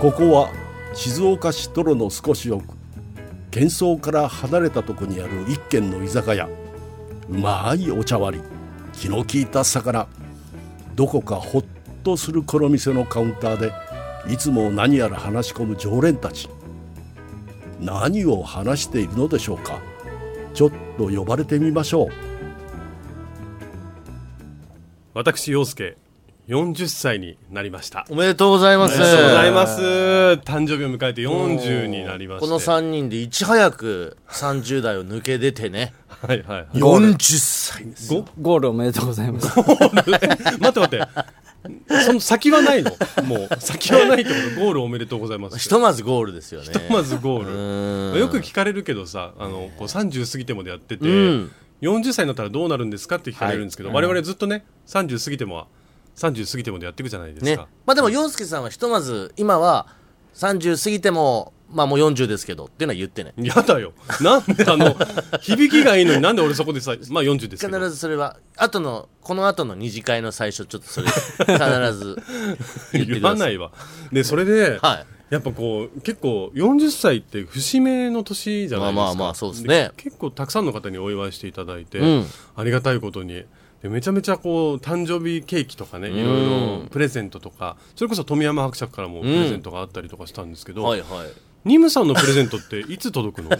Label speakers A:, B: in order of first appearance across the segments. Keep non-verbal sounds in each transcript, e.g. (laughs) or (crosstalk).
A: ここは静岡市泥の少し奥喧騒から離れたとこにある一軒の居酒屋うまいお茶割り気の利いた魚どこかほっとするこの店のカウンターでいつも何やら話し込む常連たち何を話しているのでしょうかちょっと呼ばれてみましょう
B: 私陽介40歳になりました
C: おめでとうございます。
B: ありがとうございます誕生日を迎えて40になりまして
C: この3人でいち早く30代を抜け出てね。
B: はいはい、 (laughs) はい、
C: 40歳です。
B: ご
D: ゴールおめでとうございます。
B: 待って待ってその先はないのもう先はないってことゴールおめでとうございます
C: ひとまずゴールですよね。
B: ひとまずゴールよく聞かれるけどさあのこう30過ぎてもでやってて、40歳になったらどうなるんですかって聞かれるんですけど、我々ずっとね30過ぎてもは30過ぎてもでやっていくじゃないです
C: ね。
B: か、
C: まあでも、洋介さんはひとまず、今は30過ぎても、まあもう40ですけどっていうのは言ってね。
B: やだよなんであの響きがいいのになんで俺そこでさまあ40です
C: 必
B: けど
C: ずそれは、後の、この後の二次会の最初、ちょっとそれ、必ず言って
B: 言
C: くださ
B: わ
C: い。
B: ないわでそれで、
C: はい
B: やっぱこう結構40歳って節目の年じゃないですか
C: まあまあまあそうですね
B: 結構たくさんの方にお祝いしていただいて、
C: ん
B: ありがたいことにでめちゃめちゃこう誕生日ケーキとかねいろいろプレゼントとかそれこそ富山伯爵からもプレゼントがあったりとかしたんですけど、
C: はいはい。
B: ニムさんのプレゼントっていつ届く
C: (laughs)
B: の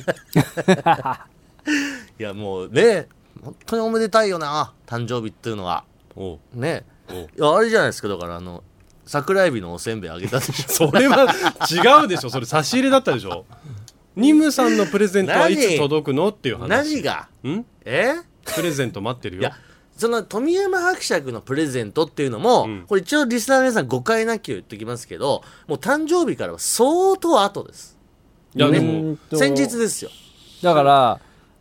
C: いやもうね、本当におめでたいよな、誕生日っていうのは。
B: おう
C: ね
B: お
C: いやあれじゃないですかだからあの桜エビのおせんべいあげたでし
B: そ
C: ょ
B: れは違うでしょそれ差し入れだったでしょニムさんのプレゼントはいつ届くのっていう話
C: 何が
B: ん
C: え
B: プレゼント待ってる
C: い
B: よ
C: やその富山伯爵のプレゼントっていうのも、これ一応リスナーの皆さん誤解なきを言ってきますけどもう誕生日からは相当後です
B: いや
C: ね
B: でも
C: 先日ですよ
D: だから、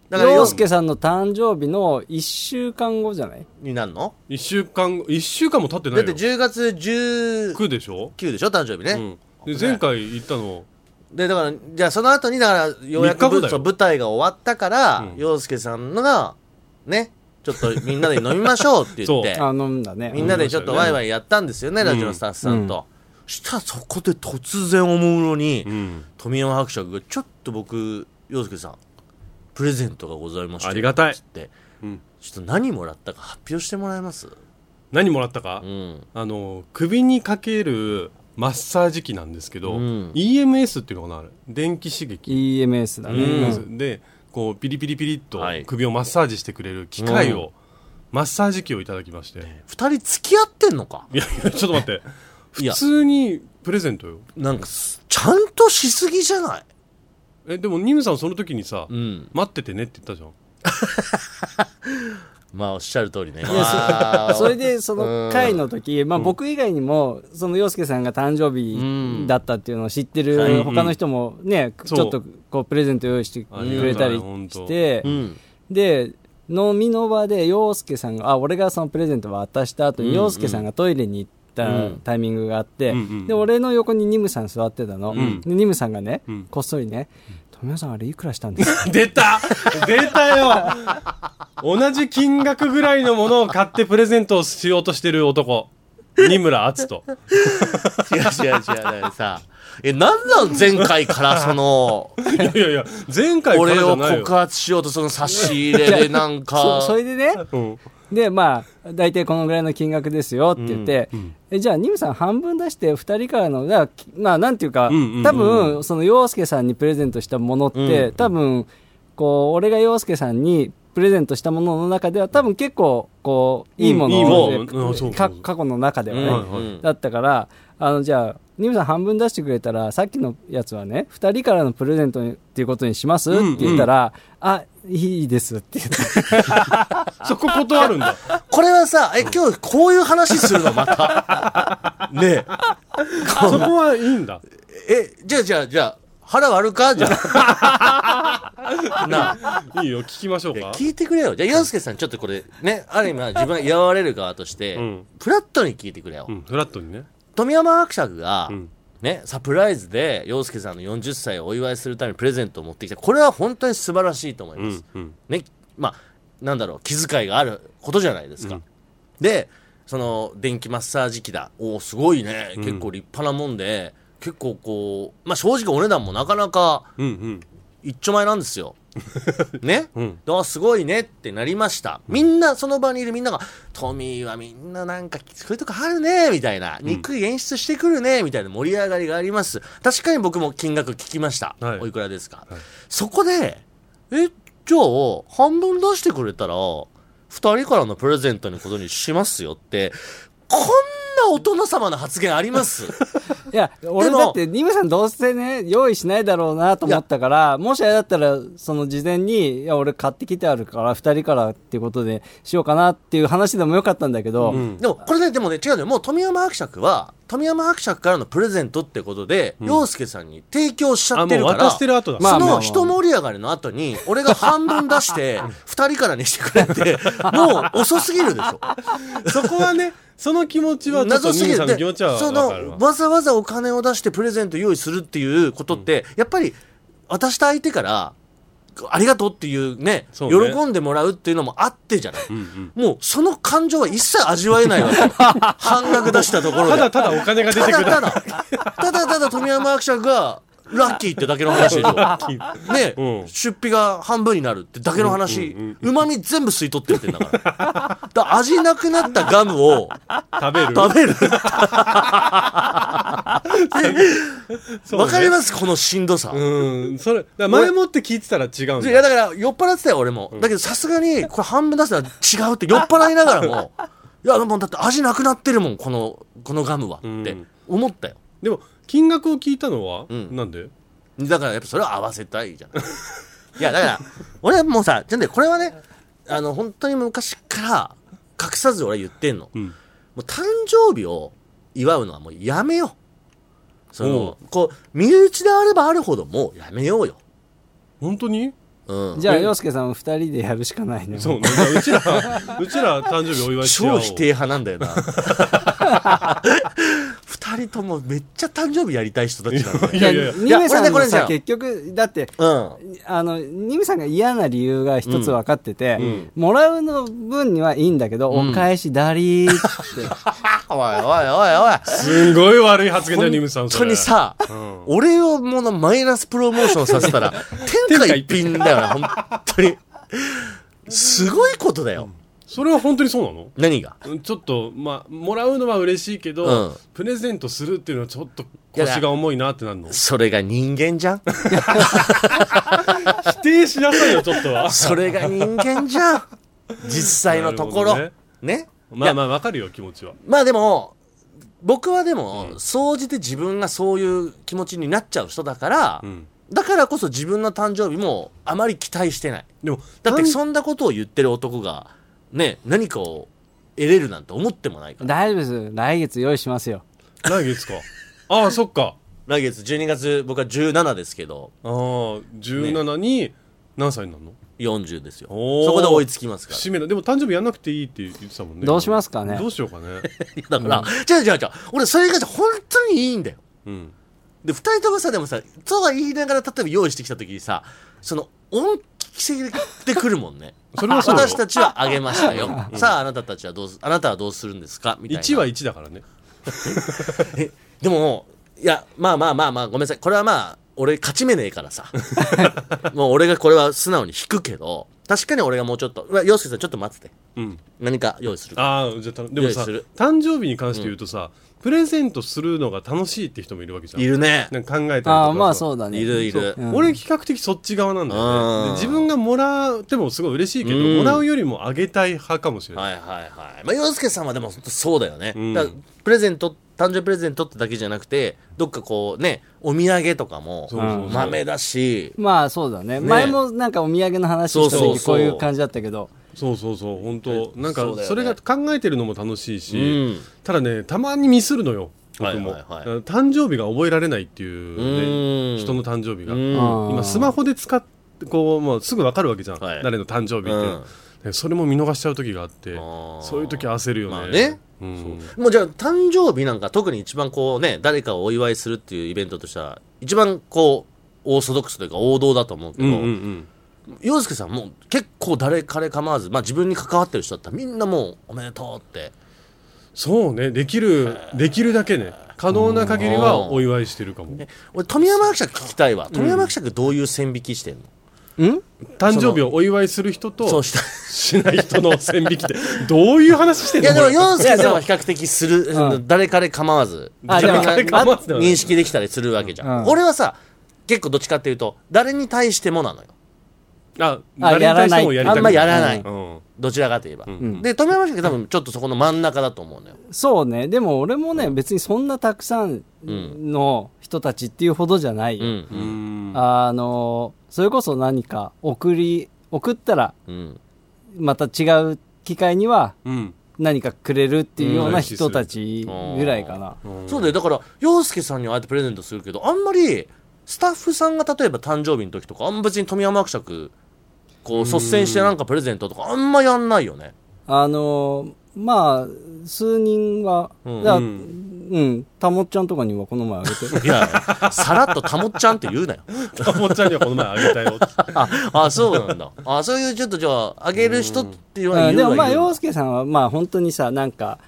C: だから
D: 洋介さんの誕生日の1週間後じゃない
C: になるの
B: 1週間1週間も経ってな
C: だっ
B: い
C: て
B: よ
C: 10月19
B: 9でしょ、
C: でしょ誕生日ね、
B: うん、で前回行ったの
C: でだからじゃあその後にだからようや
B: 三日後
C: く
B: だよ
C: そう舞台が終わったから、
B: ん
C: 洋介さんのがねちょっとみんなで飲みましょう
B: (laughs)
C: って言って
D: あ、飲んだね。
C: みんなでちょっとワイワイやったんですよね、ラジオのスタッフさんと。したらそこで突然おもむろに、
B: ん
C: 富山伯爵が、ちょっと僕、洋介さん、プレゼントがございました
B: ありがたい
C: つって、
B: ん
C: ちょっと何もらったか発表してもらえます
B: 何もらったか、
C: うん。
B: あの首にかけるマッサージ機なんですけど、
C: うん
B: EMS っていうのかなあれ電気刺激、
D: EMS だね。
B: EMS でこうピリピリピリっと
C: はい
B: 首をマッサージしてくれる機械を、マッサージ機をいただきまして、
C: 二人付き合ってんのか
B: いやいやちょっと待って
C: いや
B: 普通にプレゼントよ
C: なんかす、ちゃんとしすぎじゃない
B: えでもニムさんその時にさ、
C: ん
B: 待っててねって言ったじゃん
C: まあ、おっしゃる通りね。
D: いやそ
C: まあ
D: それでその会の時、まあ、僕以外にもその洋介さんが誕生日だったっていうのを知って
C: はい
D: る他の人もね、
B: そう
D: ちょっとこうプレゼント用意してくれたり
B: ありがたい本当
D: して、
C: ん
D: で飲みの場で洋介さんがあ俺がそのプレゼント渡した後に洋介さんがトイレに行ったタイミングがあって、
B: うんうん
D: で俺の横にニムさん座ってたの、
B: ん
D: でニムさんがね、
B: ん
D: こっそりね「富山さんあれいくらしたんです
B: (laughs)
D: か?
B: 出た出たよ同じ金額ぐらいのものを買ってプレゼントをしようとしてる男。二村篤人。
C: 違う違う違う。だからさ、え、なんなの前回からその、
B: いやいやいや、前回から
C: 俺
B: じゃ
C: を
B: ないよ
C: 告。発しようとその差し入れでなん」
D: そ
C: か。
D: それでね
B: うん
D: でまあ大体このぐらいの金額ですよって言って、えじゃあニムさん半分出して2人からのだからきまあなんていうか、
B: んうんうん
D: 多分その洋介さんにプレゼントしたものって、多分こう俺が洋介さんにプレゼントしたものの中では多分結構こういいも
B: うんいいもの
D: ので
B: うんそうそう
D: か過去の中ではね、
B: うん
C: うん
D: だったからあのじゃあニムさん半分出してくれたらさっきのやつはね2人からのプレゼントにっていうことにします、
B: んうん
D: って言ったらあいいですって言って
B: そこ断るんだ。
C: これはさ、え、今日こういう話するのまた。
B: (laughs)
C: ね
B: そこはいいんだ。
C: え。え、じゃあじゃあじゃあ、腹割るかじゃあ。なあ。
B: いいよ、聞きましょう
C: いや
B: か。
C: 聞いてくれよ。じゃあ、洋介さんちょっとこれ、ね、ある意味は自分がわれる側として、
B: うん
C: フラットに聞いてくれよ。
B: うん、フラットにね。
C: 富山伯爵が、
B: ん
C: ね、サプライズで洋介さんの40歳をお祝いするためにプレゼントを持ってきた。これは本当に素晴らしいと思いうます
B: ん。、うん。
C: ね、まあ、なんだろう、気遣いがあることじゃないですか。で、その、電気マッサージ機だ。おお、すごいね。結構立派なもんで、結構こう、まあ、正直お値段もなかなか
B: うんうん
C: 一丁前な
B: (laughs)
C: んですよ。ね、
B: うん
C: あすごいねってなりましたみんなその場にいるみんなが「トミーはみんななんかそういうとこあるね」みたいな「憎い演出してくるね」みたいな盛り上がりがあります確かに僕も金額聞きました、
B: はい
C: おいくらですか、
B: はい
C: そこで「えじゃあ半分出してくれたら2人からのプレゼントのことにしますよ」ってこんな大人様の発言あります
D: いや、俺
C: でも
D: だって、ニムさんどうせね、用意しないだろうなと思ったから、もしあれだったら、その事前に、いや、俺買ってきてあるから、二人からっていうことでしようかなっていう話でもよかったんだけど、
B: うん
C: でもこれねでもね違うのよもう富山伯爵は富山伯爵からのプレゼントってことで、陽介さんに提供しちゃ
B: あ
C: って
B: も
C: る
B: う
C: から
B: 渡してる後だ、
D: ま
C: そ
D: あ
C: の一盛り上がりの後に、俺が半分
B: (laughs)
C: 出して、二人からにしてくれって、もう遅すぎるでしょ。
B: そこはねその気持ちはちょっと
C: 謎す
B: 兄
C: ぎ
B: さ
C: る。
B: んの
C: で
B: 気持ちは
C: そ
B: 分かる
C: の
B: わ、
C: わざわざお金を出してプレゼント用意するっていうことって、やっぱり、渡した相手から、ありがとうっていうね、
B: そうね
C: 喜んでもらうっていうのもあってじゃない。
B: うんうん
C: もう、その感情は一切味わえな
B: (laughs)
C: いわけ。半額出したところで。
B: ただただお金が出てくる
C: ただただ、ただただ富山伯爵が、ラッキーってだけの話でしょ。ね、
B: うん
C: 出費が半分になるってだけの
B: う
C: 話
B: んうんうん、
C: うま、み、全部吸い取ってってんだから。だから味なくなったガムを
B: 食べる
C: 食 (laughs) べる。
B: そうね
C: わ、かりますこのしんどさ。
B: うんそれだから前もって聞いてたら違うん
C: い
B: だ
C: やだから酔っ払ってたよ俺も、だけどさすがにこれ半分出すのは違うって酔っ払いながらもいやでもだって味なくなってるもんこのこのガムはっ
B: う
C: て
B: ん
C: 思ったよ
B: でも金額を聞いたのは、
C: ん
B: なんで
C: だからやっぱそれは合わせたいじゃ (laughs) んいやだから (laughs) 俺はもうさなんでこれはねあの本当に昔から隠さず俺は言ってんの、
B: ん
C: もう誕生日を祝うのはもうやめようそのこう身内であればあるほどもうやめようよ、
B: 本当に
C: うん、
D: じゃあ、洋介さん二人でやるしかないね。
B: そうなんかうちらうちら誕生日お祝いし合お
C: 超
B: う
C: 否定派なんだよな (laughs) 二人ともめっちゃ誕生日やり (laughs) たい人たちなんだよ
B: いやいやいや
D: ニムさ
C: いやこれ
D: んも
C: ねこれ
D: さ、
C: ね
D: 結局、だって、
C: うん
D: あの、ニムさんが嫌な理由が一つ分かってて、もらうの分にはいいんだけど、お返しだりーって。 (laughs)
C: おいおいおいおい
B: すんごい悪い発言だよニムさん
C: (laughs) 本
B: そ
C: 当
B: れ
C: にさ、俺をものマイナスプロモーションさせた
B: (laughs)
C: ら、天下一品だよな、本当に。すごいことだよ。
B: それは本当にそうなの
C: 何が
B: うんちょっとまあもらうのは嬉しいけど、
C: うん
B: プレゼントするっていうのはちょっと腰が重いなってなるの否
C: それが人間じゃん
B: 定しなさいよちょっと
C: (laughs)
B: は
C: それが人間じゃん実際のところ。
B: なる
C: ね
B: まあ
C: いや
B: まあわかるよ気持ちは
C: まあでも、僕はでも、総じて自分がそういう気持ちになっちゃう人だから、
B: うん
C: だからこそ自分の誕生日もあまり期待してない。
B: でも
C: だって
B: 誕
C: そんなことを言ってる男が、ね、何かを得れるなんて思ってもないから。
D: 大丈夫です。来月用意しますよ。
B: 来月かああそっか
C: 来月12月僕は17ですけど
B: ああ17に何歳になるの、
C: 40ですよそ
B: おー
C: こで追いつきますから
B: 節目だでも誕生日やんなくていいって言ってたもんね
D: どうしますかね
B: どうしよう
C: (laughs)
B: かね
C: いや
B: (laughs)
C: だから、違う違う違う俺それが本当にいいんだよ
B: うん
C: で2人ともさでもさそうは言いながら例えば用意してきた時にさその恩着せてくるもんね
B: (laughs) それはそうよ
C: 私たちはあげまし
B: (laughs)
C: たよ、さああなたたちはどうすあなたはどうするんですかみたいな
B: 1は1だからね
C: えでもいやまあまあまあまあごめんなさいこれはまあ俺勝ち目ねえか
B: (laughs)
C: らさもう俺がこれは素直に引くけど確かに俺がもうちょっとうわ洋介さんちょっと待ってて
B: うん
C: 何か用意する
B: ああじゃあ頼むでもさ
C: 用意する
B: 誕生日に関して言うとさ、プレゼントするのが楽しいって人もいるわけじゃん
C: いるね
B: なんか考えたりとかさ
D: ああ、まあそうだね。
C: いるいる
D: うん
B: 俺比較的そっち側なんだよね
C: うん
B: で自分がもらってもすごい嬉しいけど、
C: うん
B: もらうよりもあげたい派かもしれない、
C: はいはいはいまあ洋介さんはでも本当そうだよね、
B: うん
C: だからプレゼント誕生日プレゼントってだけじゃなくてどっかこうねお土産とかも
B: そうそうそう
C: 豆だし
D: まあそうだね前もなんかお土産の話した
C: そうそう
D: 時
C: そう
D: こういう感じだったけど
B: そうそうそう本当なん
C: そう
B: か
C: だよね
B: それが考えてるのも楽しいし、
C: うん
B: ただねたまにミスるのよ僕も、
C: はいはいはい
B: だから誕生日が覚えられないっていうう、
C: ん
B: ね、人の誕生日が、
D: ん
B: 今スマホで使ってこう、まあ、すぐ分かるわけじゃん、
C: はい
B: 誰の誕生日って、
C: うん
B: でそれも見逃しちゃう時があって
C: ー
B: そういう時焦るよね,、
C: まあね
B: うん、
C: もうじゃあ誕生日なんか特に一番こうね誰かをお祝いするっていうイベントとしたら一番こうオーソドックスというか王道だと思うけ
B: うん
C: ど、
B: うんうん
C: 洋介さんもう結構誰彼構わず、まあ、自分に関わってる人だったらみんなもうおめでとうって (laughs)
B: そうねできるできるだけね可能な限りはお祝いしてるかも
C: え俺富山伯爵聞きたいわ富山伯爵どういう線引きしてんの、
D: ん
B: 誕生日をお祝いする人
C: そ
B: と
C: うした
B: しない人の線引きってどういう話してん
C: い
B: の
C: やでも
B: これ
C: 洋介さんは比較的する、
D: うん
C: 誰彼構わず
D: あ
C: 自分
D: でも
C: が
D: 誰
B: 構わずではない
C: 認識できたりするわけじゃん、
D: うん
C: 俺はさ結構どっちかっていうと誰に対してもなのよ
B: あ
D: あ
B: 誰に対してもや
D: や
B: りたく
C: あ
D: らない
C: んまやらない
B: うん
C: どちらかといえば、
D: ん
C: で富山市が多分ちょっとそこの真ん中だと思うのよ
D: そうね。でも俺もね、別にそんなたくさん
C: ん
D: の人たちっていうほどじゃない。
C: うん
B: う、ん
D: あの、それこそ何か送り、送ったら、
C: うん
D: また違う機会には
B: うん
D: 何かくれるっていうよう
B: う
D: なん人たちぐらいかな。
C: そうだよだから洋介さんにはああえてプレゼントするけどあんまりスタッフさんが例えば誕生日の時とかあんま別に富山伯爵こう率先してなんかプレゼントとかあんまやんないよね
D: あの、まあ、数人は、
C: うん
D: だから
B: う
D: うん、たもっちゃんとかにはこの前あげて。
C: いやさらっと「たもっちゃん」って言うなよ (laughs)
B: たもっちゃんにはこの前あげたよって
C: ああそうなんだあそういうちょっとじゃああげる人っていうのはい
D: うん
C: る
D: で
C: わ
D: もまあ
C: いるわ
D: 洋介さんはまあ本当にさなんか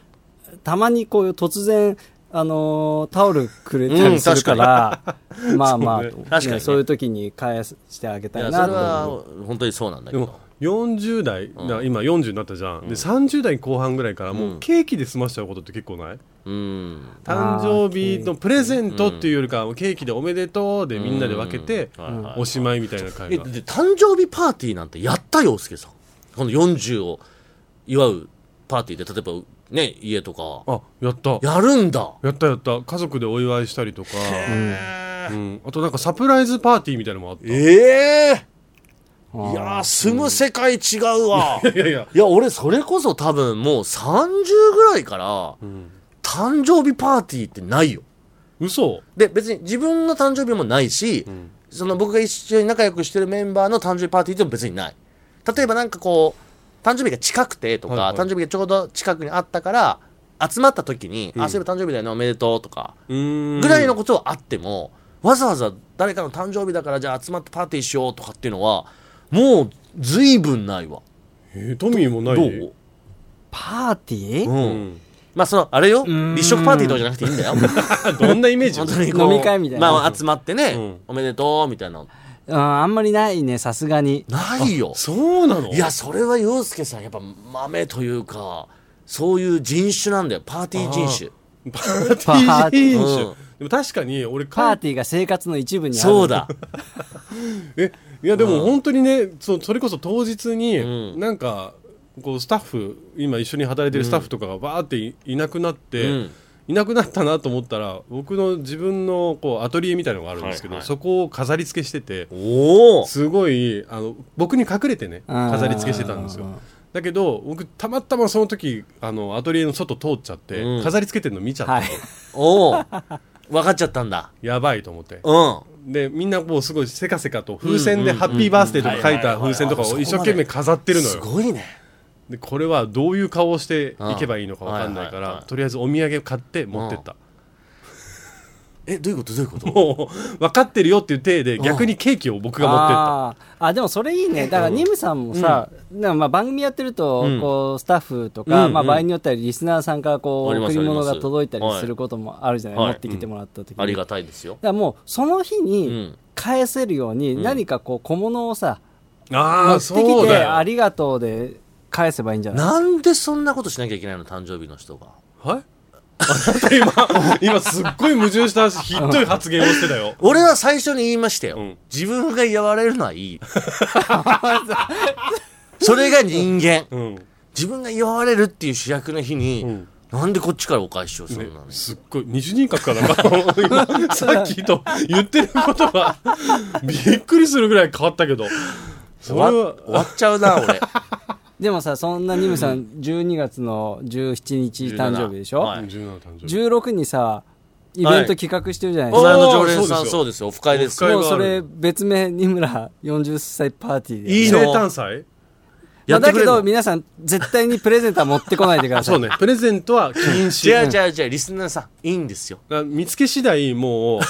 D: たまにこういう突然あのータオルくれたりするから、 (laughs) まあまあ、
B: そうね
D: ね
C: 確かにね
D: そういう時に返してあげ
C: い
D: た
C: や
D: い
C: そ
D: な
C: れ
D: と
C: は
D: 思う
C: 本当にそうなんだけ
B: でも
C: ど
B: 40代、だから今40になったじゃん、で30代後半ぐらいからもうケーキで済ましちゃうことって結構ない、
C: うん
B: 誕生日のプレゼントっていうよりかはもうケーキでおめでとうでみんなで分けて
C: はいはい
B: おしまいみたいな会
C: え
B: が、
C: で誕生日パーティーなんてやった洋介さんこの40を祝うパーティーで例えばね家とか
B: あやった
C: やるんだ
B: やったやった家族でお祝いしたりとか、うん、あとなんかサプライズパーティーみたいなのもあった (laughs) い
C: ええ
D: あー
C: いやー住む世界違うわ
B: やいや
C: いや俺それこそ多分もう30ぐらいから誕生日パーティーってないよ
B: 嘘
C: で別に自分の誕生日もないし、その僕が一緒に仲良くしてるメンバーの誕生日パーティーでも別にない例えばなんかこう誕生日が近くてとか、
B: はいはい
C: 誕生日がちょうど近くにあったから集まった時に「あそういえば誕生日だよねおめでとう」とか
B: ぐ
C: ぐらいのことはあっても、わざわざ誰かの誕生日だからじゃあ集まってパーティーしようとかっていうのはもう随分ないわ
B: えートミーもな
C: ど、
B: いう
D: パーティ
C: う
D: ー
C: ん
B: うん、
C: まあそのあれよ
D: ん
C: 立食パーティーとかじゃなくていいんだよ
B: (laughs) あどんなイメージ
C: 本当にこう
D: 飲み会みたいな
C: まあ、集まってね、
B: うん
C: おめでとうみたいなの
D: うん、あんまりないねさすがに
C: ないよ
B: そうなの
C: いやそれは洋介さんやっぱ豆というかそういう人種なんだよパーティー人種
B: (laughs) パーティー人種、
C: うん
B: でも確かに俺
D: パー
B: か
D: ティーが生活の一部にある
C: そうだ
B: えいやでも本当にねそそれこそ当日に、
C: うん
B: なんかこうスタッフ今一緒に働いてるスタッフとかがバーってい,、なくなって、
C: うん
B: いなくなったなと思ったら僕の自分のこうアトリエみたいなのがあるんですけど、
C: はいはい
B: そこを飾り付けしてて
C: おお
B: すごいあの僕に隠れてね
D: あー
B: 飾り付けしてたんですよだけど僕たまたまその時あのアトリエの外通っちゃって、
C: うん
B: 飾り付けてるの見ちゃって、
D: はい
C: おお分かっちゃったんだ
B: やばいと思って
C: うん
B: でみんなもうすごいせかせかと風船で「ハッピーバースデー」とか書いた風船とかを一生懸命飾ってるの
C: す
B: よ
C: ごいね
B: でこれはどういう顔をしていけばいいのか分かんないか
C: はいはいは
B: ら
C: い
B: とりあえずお土産買って持ってった
C: えどういうことどういうこと
B: もう分かってるよっていう体で逆にケーキを僕が持ってった
D: あーあでもそれいいねだからニムさんもさ、なんかまあ番組やってると、
C: うん
D: こうスタッフとか、
C: うん
D: まあ、
C: うん
D: 場合によってはリスナーさんからこ
C: あ
D: う
C: りま
D: 贈
C: す
D: り物
C: あ
D: が
C: ります
D: 届いたりすることもあるじゃない、
C: はい
D: 持ってきてもらった時に、
C: ありがたいですよ
D: だからもうその日
C: う
D: に
C: ん
D: 返せるように、何かこう小物をさ、
B: あ
D: 持
B: あ
D: ってき
B: そう
D: て
B: だよ
D: ありがとうで返せばいいんじゃない
C: なんでそんなことしなきゃいけないの誕生日の人が
B: はい (laughs) あなた今今すっごい矛盾したひどい発言をしてたよ
C: 俺は最初に言いましたよ、
B: ん
C: 自分が嫌われるのはいい (laughs) それが人間
B: うん
C: 自分が嫌われるっていう主役の日に、
B: ん
C: なんでこっちからお返しをするの、ね、
B: すっごい二十人格かなんか (laughs) 今さっきと言ってることが (laughs) びっくりするぐらい変わったけどそ
C: 終
B: れ
C: わ
B: は
C: 終わっちゃうな俺
D: でもさそんなニムさん12月の17日誕生日でし
C: 17
D: ょ、
C: はい
B: 17誕生日
D: 16にさイベント企画してるじゃないですか、
C: 隣の常連さ
B: そうんですよ
C: そうですよオフ会です
B: オフ
C: よ
B: 会
D: も
B: が
D: う
B: ある
D: それ別名二村40歳パーティーで
C: いいの
B: 生誕祭
D: ま
C: や
D: あ、
C: って
D: だ
C: くれ
D: け
C: る
D: ど
C: の
D: 皆さん絶対にプレゼントは持ってこないでくださ
B: (laughs)
D: い
B: そうねプレゼントは禁止
C: 違う違う違うリスナーさんいいんですよ
B: あ見つけ次第もう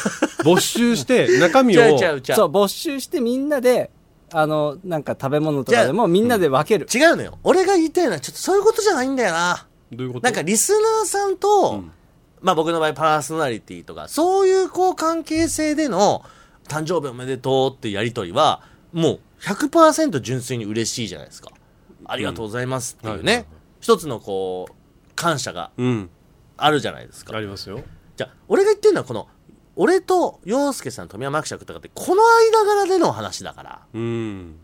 B: 没収して中身 (laughs)
C: 違う
B: を
C: 違う違
D: そうう没収してみんなであのなんか食べ物とかでもみんなで分ける、
C: 違うのよ俺が言いたいのはちょっとそういうことじゃないんだよな
B: どういうこと
C: なんかリスナーさんと、まあ僕の場合パーソナリティとか、そういうこう関係性での誕生日おめでとうってやりとりは、もう100%純粋に嬉しいじゃないですか。ありがとうございますっていう
B: うんはいはい
C: ね。一つのこう、感謝が
B: うん。
C: あるじゃないですか
B: あ。りますよ。
C: じゃあ、俺が言ってるのはこの、俺と洋介さん、富山伯爵とかって、この間柄での話だから、
B: うん。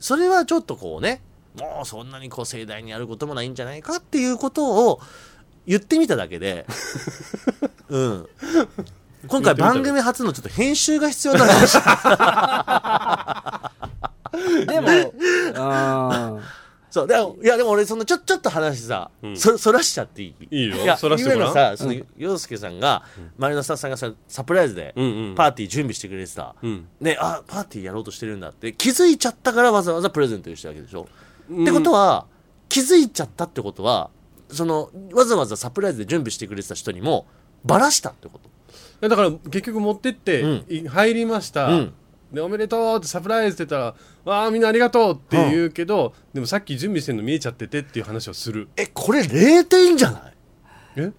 C: それはちょっとこうね、もうそんなにこう盛大にやることもないんじゃないかっていうことを言ってみただけで、うん。今回番組初のちょっと編集が必要だな。
D: でも、うん。
C: そう、でもいやでも俺そのちょ、ちょっと話さ、
B: ん
C: そ、そらしちゃっていい
B: いいよ
C: や、
B: そらしてごらん
C: 今のさ、その、洋介さんが、周りのスタッフさんがさ、サプライズで、
B: うんうん
C: パーティー準備してくれてた。
B: うん。
C: ね、あ、パーティーやろうとしてるんだって気づいちゃったからわざわざプレゼントにしたわけでしょ、ってことは、気づいちゃったってことは、その、わざわざサプライズで準備してくれてた人にも、ばらしたってこと。
B: だから結局持ってって、
C: うん
B: い入りました、
C: うん
B: でおめでとうってサプライズって言ったら「わあみんなありがとう」って言うけど、でもさっき準備してるの見えちゃっててっていう話をする
C: え、これ0点じゃない
B: え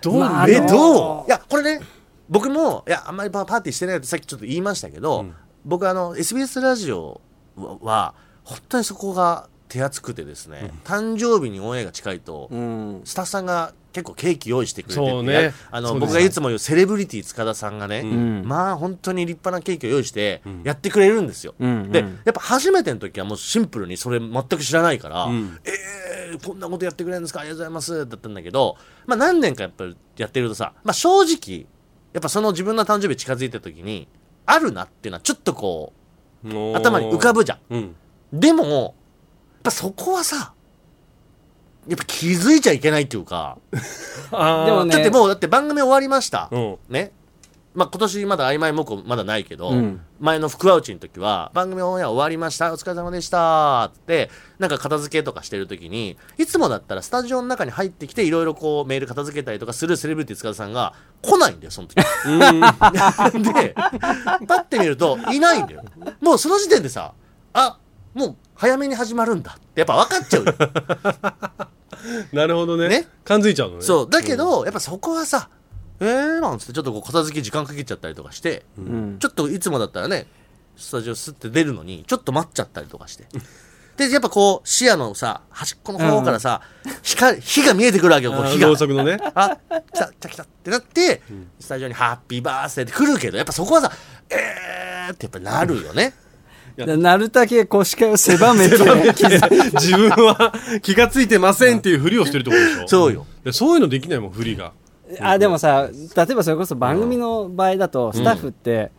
B: どう、
D: まあ
C: え
D: あのー
C: どういやこれね僕もいやあんまりパパーティーしてないってさっきちょっと言いましたけど、僕あの SBS ラジオはは本当にそこが手厚くてですね、誕生日にオンエアが近いと、
D: うん。
C: スタッフさんが結構ケーキ用意してくれてて
B: そうね
C: いやあの
B: そうです
C: 僕がいつも言うセレブリティ塚田さんがね、
D: ん
C: まあ本当に立派なケーキを用意してやってくれるんですよ、
D: うんうん
C: でやっぱ初めての時はもうシンプルにそれ全く知らないから、
B: ん
C: えーこんなことやってくれるんですかありがとうございますだったんだけど、まあ、何年かやっぱりやってるとさ、まあ、正直やっぱその自分の誕生日近づいた時にあるなっていうのはちょっとこう頭に浮か
B: ぶ、
C: ぶじゃん
B: うん、
C: でもやっぱそこはさやっぱ気づいちゃいけないっていうか
B: あ
D: でもね
C: だってもうだって番組終わりました、
B: うん
C: ねまあ、今年まだ曖昧もこまだないけど、
D: うん
C: 前の福ワウチの時は番組オンエア終わりましたお疲れ様でしたってなんか片付けとかしてる時にいつもだったらスタジオの中に入ってきていろいろこうメール片付けたりとかするセレブリティ塚田さんが来ないんだよその時 (laughs) でパッて見るといないんだよもうその時点でさあもう早めに始まるんだってやっぱ分かっちゃうよ
B: なるほどね
C: ね
B: 感づいちゃうのね
C: そう。だけど、やっぱそこはさ、えーなんつって、ちょっとこう片付け時間かけちゃったりとかして、
D: ん
C: ちょっといつもだったらね、スタジオスって出るのに、ちょっと待っちゃったりとかして。で、やっぱこう、視野のさ、端っこの方からさ、光、火が見えてくるわけよ、こう
B: あ
C: 火
B: ー
C: が
B: ろう。そくの
C: (laughs)
B: ね
C: あ、来た、来た、来たってなって、スタジオにハッピーバースデーって来るけど、やっぱそこはさ、えーってやっぱなるよね。
D: でなるだけ腰かを狭めて、
B: 自分は気がついてませんっていうふりをしてるってことでしょ
C: そうよ
B: でそういうのできないもんふりが
D: (laughs) あでもさ例えばそれこそ番組の場合だとスタッフって、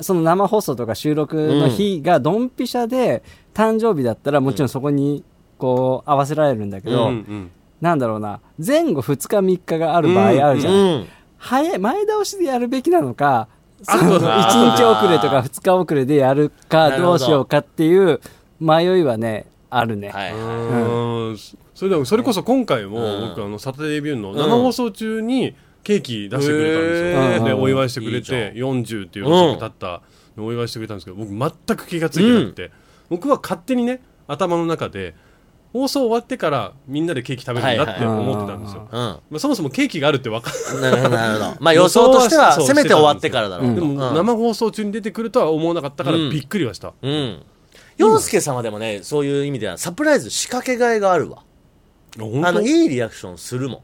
D: その生放送とか収録の日がドンピシャで誕生日だったらもちろんそこにこう合わせられるんだけ
B: うん
D: ど、
B: うん
D: なんだろうな前後2日3日がある場合あるじゃん、
C: うん。
D: 早い前倒しでやるべきなのかその
B: あ
D: 1
B: と
D: 日遅れとか2日遅れでやる
C: な
D: か
C: るほ
D: ど
C: ど
D: うしようかっていう迷いはねあるね、
C: はい。
B: うんそれでもそれこそ今回も僕あのサタデービューの生放送中にケーキ出してくれたんです
D: うん
B: よ
D: へ
B: で
D: ー
B: お祝いしてく
C: いい
B: れ
C: じゃ
B: て
C: ん
B: 40っていうの経ったお祝いしてくれたんですけど僕全く気がついてなくて僕は勝手にね頭の中で放送終わってからみんなでケーキ食べるんだって思ってたんですよ
D: はい
C: はいうん
B: まあそもそもケーキがあるって分かっ
C: なるほど、なるほど。まあ予想としては、
B: そう
C: せめて終わってからだろう
B: で
C: と。
B: も
C: うん
B: 生放送中に出てくるとは思わなかったからびっくりはした
C: うん。洋介様でもね、そういう意味では、サプライズ仕掛けがいがあるわ。
B: 本当
C: あの、いいリアクションするもん。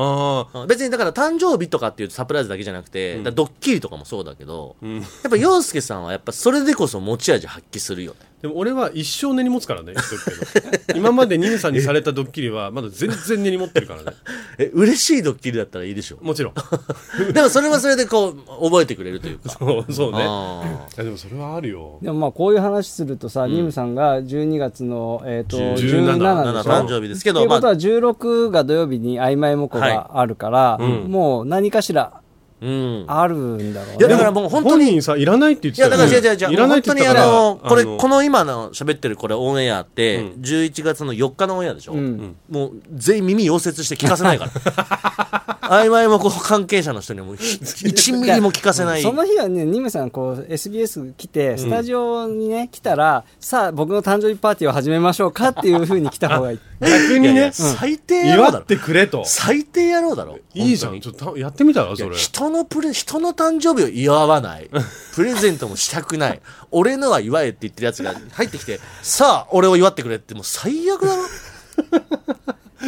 B: あ
C: うん別にだから誕生日とかっていうサプライズだけじゃなくて、だからドッキリとかもそうだけど、やっぱ洋介さんはやっぱそれでこそ持ち味発揮するよね。
B: でも俺は一生根に持つからね言っとくけど今までニムさんにされたドッキリはまだ全然根に持ってるからね
C: (laughs) え、嬉しいドッキリだったらいいでしょ。
B: もちろん
C: (laughs) でもそれはそれでこう、覚えてくれるという (laughs) か。
B: そうそうね
C: (laughs) あ
B: いやでもそれはあるよ
D: でもまあこういう話するとさ、ニムさんが12月の、えー、と
B: 17
D: 17で
C: 7
D: し
C: 誕
D: ょ
C: 生日です
D: と
C: け
D: い
C: ど、
D: うこと
C: ま
D: は
C: あ、
D: 16が土曜日に曖昧もこがあるから、もう何かしら
C: うん。
D: あるんだろう
C: いや、
D: ね。
C: だからもう本当
B: 本
C: に、
B: 人さいらないって言っ
C: い
B: てた
C: や、
B: よ
C: だ
B: ね
C: から違う違う違う。
B: いらないって
C: 本当
B: 言っ
C: に
B: た
C: あ
B: から
C: の、これ、
B: あの
C: この今の喋ってるこれオンエアって、
B: うん
C: 11月の4日のオンエアでしょ、
D: ん
C: もう全員耳溶接して聞かせ
B: (laughs)
C: ないから。曖昧もこう関係者の人にはもう1ミリも聞かせない。
D: その日はね、ニムさん、こう、SBS 来て、
C: (laughs)
D: スタジオにね、来たら、さあ、僕の誕生日パーティーを始めましょうかっていうふうに来た方がいい。
B: 逆
C: いや
B: に
C: い
B: ね
C: や、最低野郎
B: 祝
C: だろ
B: ってくれと。
C: 最低野郎だろ
B: いいじゃん。ちょっとたやってみたら、それ。
C: 人のプレ、人の誕生日を祝わない。プレゼントもしたくない。俺のは祝えって言ってるやつが入ってきて、さあ、俺を祝ってくれって、もう最悪だろ。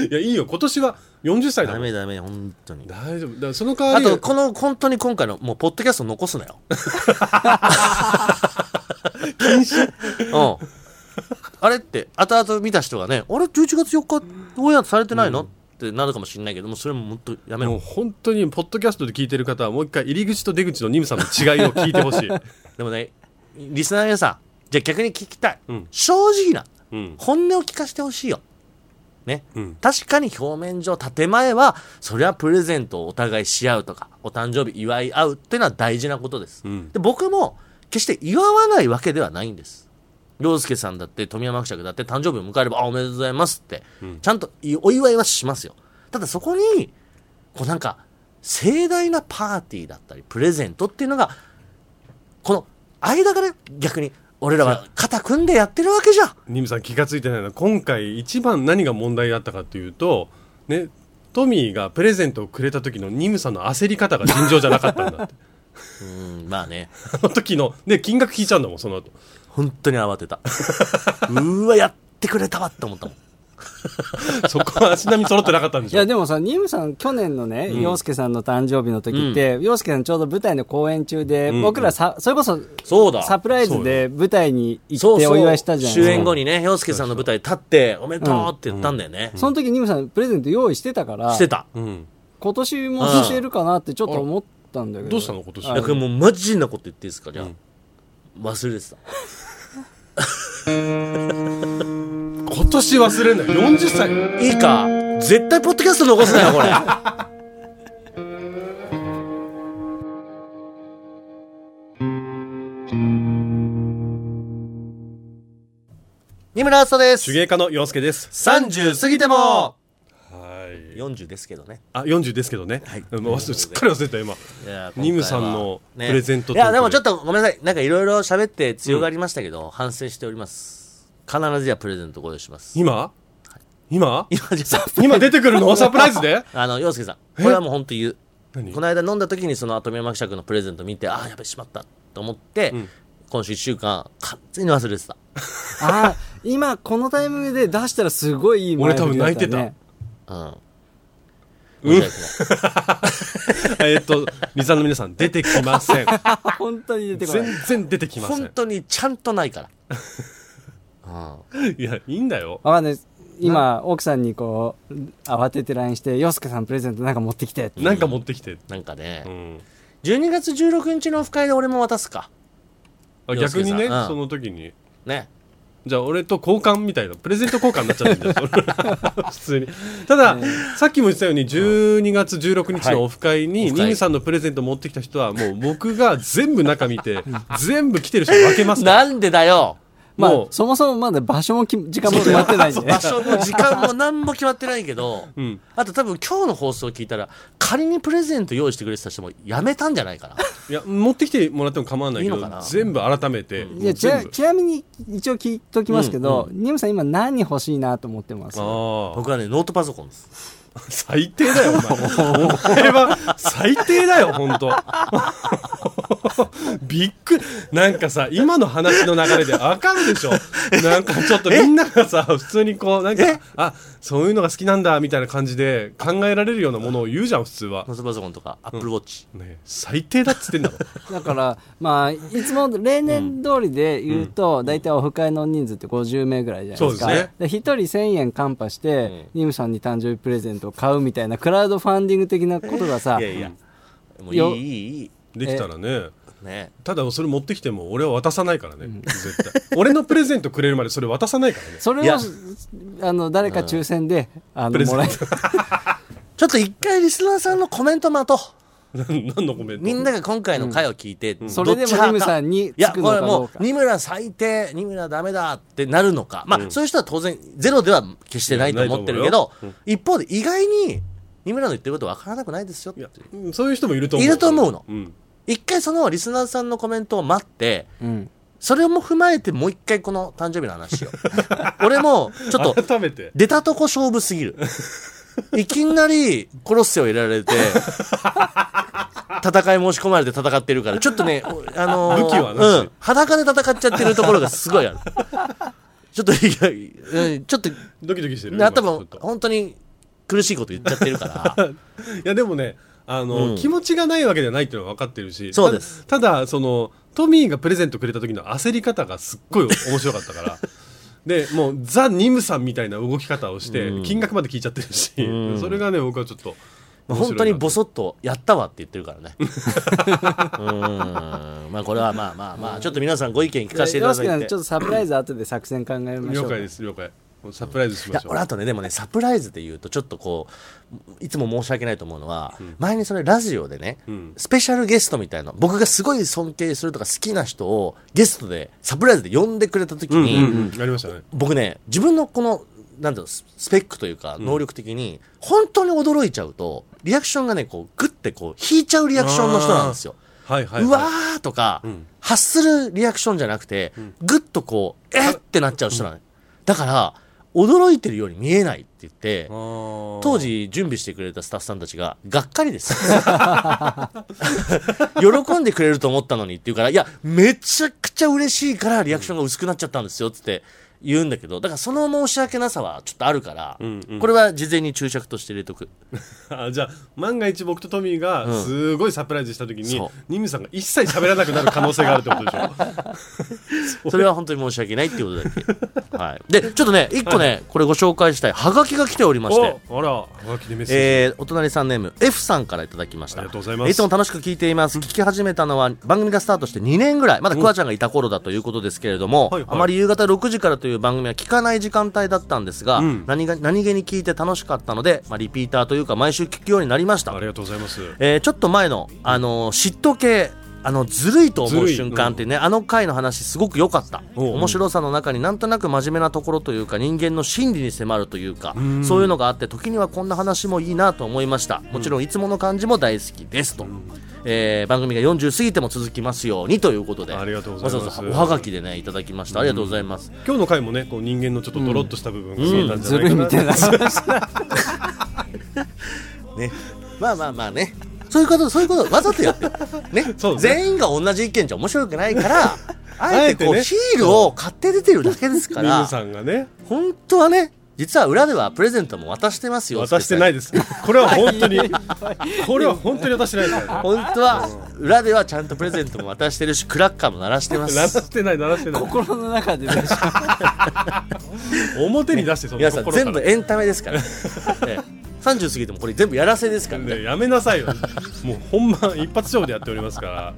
B: いや、いいよ。今年は40歳だ
C: ダ
B: もん。
C: メダメ、本当に。
B: 大丈夫。だからその代わ
C: あ
B: り、
C: と、この、本当に今回の、もう、ポッドキャスト残すなよ。うん。あれって、後々見た人がね、あれ、11月4日、どうやってされてないの、ってなるかもしれないけども、それももっとやめ
B: も
C: ろ
B: う。本当に、ポッドキャストで聞いてる方は、もう一回、入り口と出口のニムさんの違いを聞いてほしい。
C: でもね、リスナーの皆さん、じゃあ逆に聞きたい。
B: うん
C: 正直な、
B: うん。
C: 本音を聞かせてほしいよ。ね。
B: うん。
C: 確かに表面上、建前は、それはプレゼントをお互いし合うとか、お誕生日祝い合うっていうのは大事なことです。
B: うん。
C: で僕も決して祝わないわけではないんです涼介さんだって富山伯爵だって誕生日を迎えればあおめでとうございますって、ちゃんといお祝いはしますよただそこにこうなんか盛大なパーティーだったりプレゼントっていうのがこの間がね逆に俺らは肩組んでやってるわけじゃん
B: ニムさん気がついてないな。今回、一番何が問題だったかというと、ね、トミーがプレゼントをくれた時のニムさんの焦り方が尋常じゃなかったんだって。
C: うんまあね
B: あの時の、ね、金額聞いちゃうんだもん、その後。
C: 本当に慌てた (laughs) うーわやってくれたわって思ったもん
B: そこは足並み揃ってなかったんで
D: い
B: しょ
D: や、でもさ、ニムさん、去年のね、洋介さんの誕生日の時って、洋介さんちょうど舞台の公演中で、
B: ん
D: 僕らさ、それこそ、
C: そうだ
D: サプライズで舞台に行
C: そ
D: っ
C: う
D: て
C: そ
D: お
C: う
D: 祝いしたじゃない
C: 主
D: ですか。
C: 演後にね洋介さんの舞台立っておめでとうって言ったんだよね、
D: その時、ニムさん、プレゼント用意してたから、
C: してた
B: うん。
D: 今年もしてるかなってちょっと思ったんだけど。
B: どうしたの今年
D: あ
C: いやこれもうマジなこと言っていいですかじゃあ、忘れてた
B: 今年忘れない。40歳。
C: いいか絶対ポッドキャスト残すなよこれ (laughs) 二村敦で
B: 手
C: す
B: 芸家の洋介です。
C: 30過ぎても
B: はい。
C: 40ですけどね
B: あ、40ですけどね。はい。もう忘れすっかり忘れてた、今。
C: いや今回は
B: ニムさんの
C: ね
B: プレゼント
C: いやでもちょっ
B: と
C: とごめんなさいなんかいろいろ喋って強がりましたけど、反省しております必ずやプレゼントご用意します
B: 今今
C: 今じゃさ
B: 今出てくるのサプライズで
C: あの洋介さんこれはもう本当言う
B: 何
C: この間飲んだ時にそのアトミヤマ伯爵のプレゼント見てああやべしまったと思って、今週1週間完全に忘れてた
D: あー今、このタイミングで出したらすごいいい前振りだった
B: 俺
D: ね
B: 多分泣いて
C: うん
B: うん
C: 申し訳ない
B: (laughs) えっと、リザの皆さん、出てきません。
D: あ (laughs) 本当に出てこない
B: 全。然出てきませ
C: 本
B: ん。
C: 当にちゃんとないから
B: (laughs)
C: うん
B: いや、いいんだよ。
D: わかんないです今、奥さんにこう、慌てて LINE して、洋介さんプレゼントなんか持ってきてって。
B: なんか持ってきて。
C: なんかね、
B: うん。
C: 12月16日のオフ会で俺も渡すか
B: あ逆にね、
C: 洋介さんうん
B: その時に。
C: ね
B: じゃあ俺と交換みたいなプレゼント交換になっちゃってるんだよ
C: (laughs)
B: 普通にただ、さっきも言ってたように12月16日のオフ会に、
C: オフ
B: ニ
C: 会
B: ムさんのプレゼント持ってきた人はもう僕が全部中見て全部来てる人に分けますから
C: なんでだよ
D: まあ
B: もう、
D: そもそもまだ場所もき時間も決まってないしね
C: 場。所も時間も何も決まってない
B: (laughs)
C: けど、
B: ん
C: あと多分今日の放送を聞いたら仮にプレゼント用意してくれてた人もやめたんじゃない
B: (laughs)
C: かない
B: や持ってきてもらっても構わないけど
C: いいのかな
B: 全部改めて
D: いやち
B: 全
D: な
B: 部
D: ちなみに一応聞いときますけど、ニムさん今何欲しいなと思ってます
B: ああ
C: 僕はねノートパソコンです
B: 最低だよお前お前は最低だよ本当びっくりなんかさ今の話の流れでわかるでしょなんかちょっとみんながさ普通にこうなんかあそういうのが好きなんだみたいな感じで考えられるようなものを言うじゃん普通は、
C: ノートパソコンとかアップルウォッチ、
B: ね、最低だっつってんだろ
D: だから、まあ、いつも例年通りで言うと、大体オフ会の人数って50名ぐらいじゃないですか。
B: そうですね
D: で、1人1000円カンパして、ニムさんに誕生日プレゼントを買うみたいな、クラウドファンディング的なことがさ、
C: いやいや、もうい
D: よ
C: いいいいい
B: できたらね
C: ね
B: ただそれ持ってきても俺は渡さないからね、絶対俺のプレゼントくれるまでそれ渡さないからね
D: それ
C: い
D: を
C: や
D: あの誰か抽選で、あ
B: プ
D: の
B: レゼ
D: も
B: ン
D: らえ
B: ト
C: ちょっと一回リスナーさんのコメント待とう
B: 何何のコメント
C: みんなが今回の回を聞いて、どっち
D: それでも
C: 派か
D: ニムさんに
C: いや
D: つくの
C: これ
D: かど
C: も
D: うか
C: う二村最低二村ダメだってなるのかまあ、そういう人は当然ゼロでは決してないと思ってるけど、一方で意外に二村の言ってること分からなくないですよっ
B: い
C: て
B: やそういう人もいると思う
C: いると思うの
B: うん
C: 一回そのリスナーさんのコメントを待って、
D: うん
C: それも踏まえてもう一回この誕生日の (laughs) 話を俺もちょっと
B: 改めて
C: 出たとこ勝負すぎる。いきなり、コロッセを入れられて、戦い申し込まれて戦ってるから、ちょっとね、おあのー
B: 武器はなし
C: うん、裸で戦っちゃってるところがすごいある。ちょっと、いやうんちょっと、
B: ドキドキしてる
C: ね
B: 今
C: 頭
B: ちょっ、と
C: 本当に苦しいこと言っちゃって
B: (laughs)
C: るから、
B: いやでもねあの、
C: うん
B: 気持ちがないわけじゃないっていうのは分かってるし
C: そうです
B: たただそのトミーがプレゼントくれた時の焦り方がすっごい面白かった
C: (laughs)
B: からでもうザ・ニムさんみたいな動き方をして、金額まで聞いちゃってるし、それがね僕はちょっと面白
C: 本
B: いな
C: 当にボソッと、やったわって言ってるか
B: (laughs)
C: らね。うん。まあ、これはまあまあまあ、ちょっと皆さんご意見聞かせていただ
D: 洋
C: い
D: 介
C: て
D: さんちょ。っとサプライズ後で作戦考えましょ
B: 了
D: う
B: 解です了解もうサプライズし
C: い
B: ま
C: や
B: しょう
C: 俺あとねでもねサプライズで言うとちょっとこういつも申し訳ないと思うのは、前にそれラジオでね、
B: ん
C: スペシャルゲストみたいな僕がすごい尊敬するとか好きな人をゲストでサプライズで呼んでくれた時
B: うん
C: に、
B: うんうん、ありましたね
C: 僕ね自分のこのなんだろうススペックというか能力的に、本当に驚いちゃうとリアクションがねこうグッてこう引いちゃうリアクションの人なんですよ。
B: はいはい、はい、
C: うわーとか、
B: ん
C: 発するリアクションじゃなくて、ぐっとこう、えっってなっちゃう人なの、だから、驚いてるように見えないって言って、
B: 当
C: 当時準備してくれたスタッフさんたちが、がっかりです。喜んでくれると思ったのにって言うから、いや、めちゃくちゃ嬉しいからリアクションが薄くなっちゃったんですよっつって言うんだけど、だからその申し訳なさはちょっとあるから、
B: んうん
C: これは事前に注釈として入れとく。
B: あじゃあ万が一僕とトミーがすごいサプライズした時に、
C: そう
B: ニムさんが一切喋らなくなる可能性があるってことでしょ
C: (laughs) それは本当に申し訳ないっていうことだけ。はい。で、ちょっとね、一個ね、これご紹介したい、ハガキが来ておりまして。
B: おあらはがきでメッセージ、
C: えー、お隣さんネーム F さんからいただきました
B: ありがとうございます
C: つも楽しく聞いています、聞き始めたのは番組がスタートして2年ぐらいまだクワちゃんがいた頃だということですけれども、
B: はいはい
C: あまり夕方6時からという番組は聞かない時間帯だったんですが、
B: うん
C: 何が何気に聞いて楽しかったので、まあ、リピーターというか毎週聞くようになりました
B: ありがとうございます
C: えーちょっと前の、あのー嫉妬系あのずるいと思
B: ず
C: う
B: るい
C: 瞬間ってね、あの回の話すごく良かった
B: おう
C: 面白さの中になんとなく真面目なところというか人間の心理に迫るというかそういうのがあって時にはこんな話もいいなと思いましたもちろんいつもの感じも大好きですと、えー番組が40過ぎても続きますようにということで
B: ありがとうございます
C: わざわざおはがきでねいただきましたありがとうございます
B: 今日の回もねこう人間のちょっとドロッとした部分が見えたんじ
D: ず
B: ゃない
D: る
B: か
D: いみ
B: な、
D: たいな
C: ねまあまあまあねそういうことそういうことわざとやってるね
B: (laughs) そうね
C: 全員が同じ意見じゃ面白くないから
B: (laughs)
C: あ
B: あえ
C: えて
B: て
C: こう
B: ね
C: ヒールを買って出てるだけですか
B: ニム
C: ら
B: さんがね
C: 本当はね実は裏ではプレゼントも渡してますよ
B: 渡してないですこれは本 (laughs) 当にこれは本当に渡してないですからね
C: 本当は裏ではちゃんとプレゼントも渡してるしクラッカーも鳴らしてま
B: 鳴ら
C: す
B: してない鳴らしてない
D: 心の中でね
B: 表に出してその
C: 皆さん
B: 心から
C: 全部エンタメですから、
B: (laughs)
C: ええ30過ぎてもこれ全部やらせですからね
B: ねやめなさいよもう本番一発勝負でやっておりますから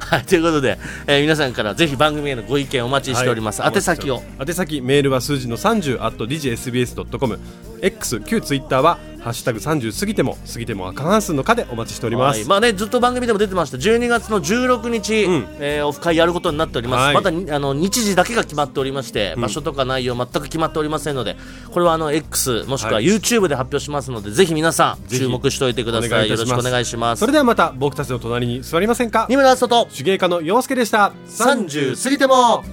C: はいということで、えー皆さんからぜひ番組へのご意見お待ちしております、
B: はい
C: 宛先を
B: 宛先メールは数字の30 at digsbs.com X 旧ツイッターはハッシュタグ30過ぎても過ぎてもは過半数の課でお待ちしておりま
C: はい
B: す、
C: まあね、ずっと番組でも出てました12月の16日、
B: うん
C: えーオフ会やることになっております、
B: はい
C: まだにあの日時だけが決まっておりまして、場所とか内容全く決まっておりませんのでこれはあの X もしくは
B: はい
C: YouTube で発表しますので、ぜひ皆さん
B: ぜひ
C: 注目しておいてくだ
B: お
C: さ
B: 願
C: い
B: いい
C: よ
B: た
C: ろ
B: します
C: しくお願いします
B: それではまた僕たちの隣に座りませんか
C: 二村敦人と
B: 手芸家の洋介でした
C: 30過ぎても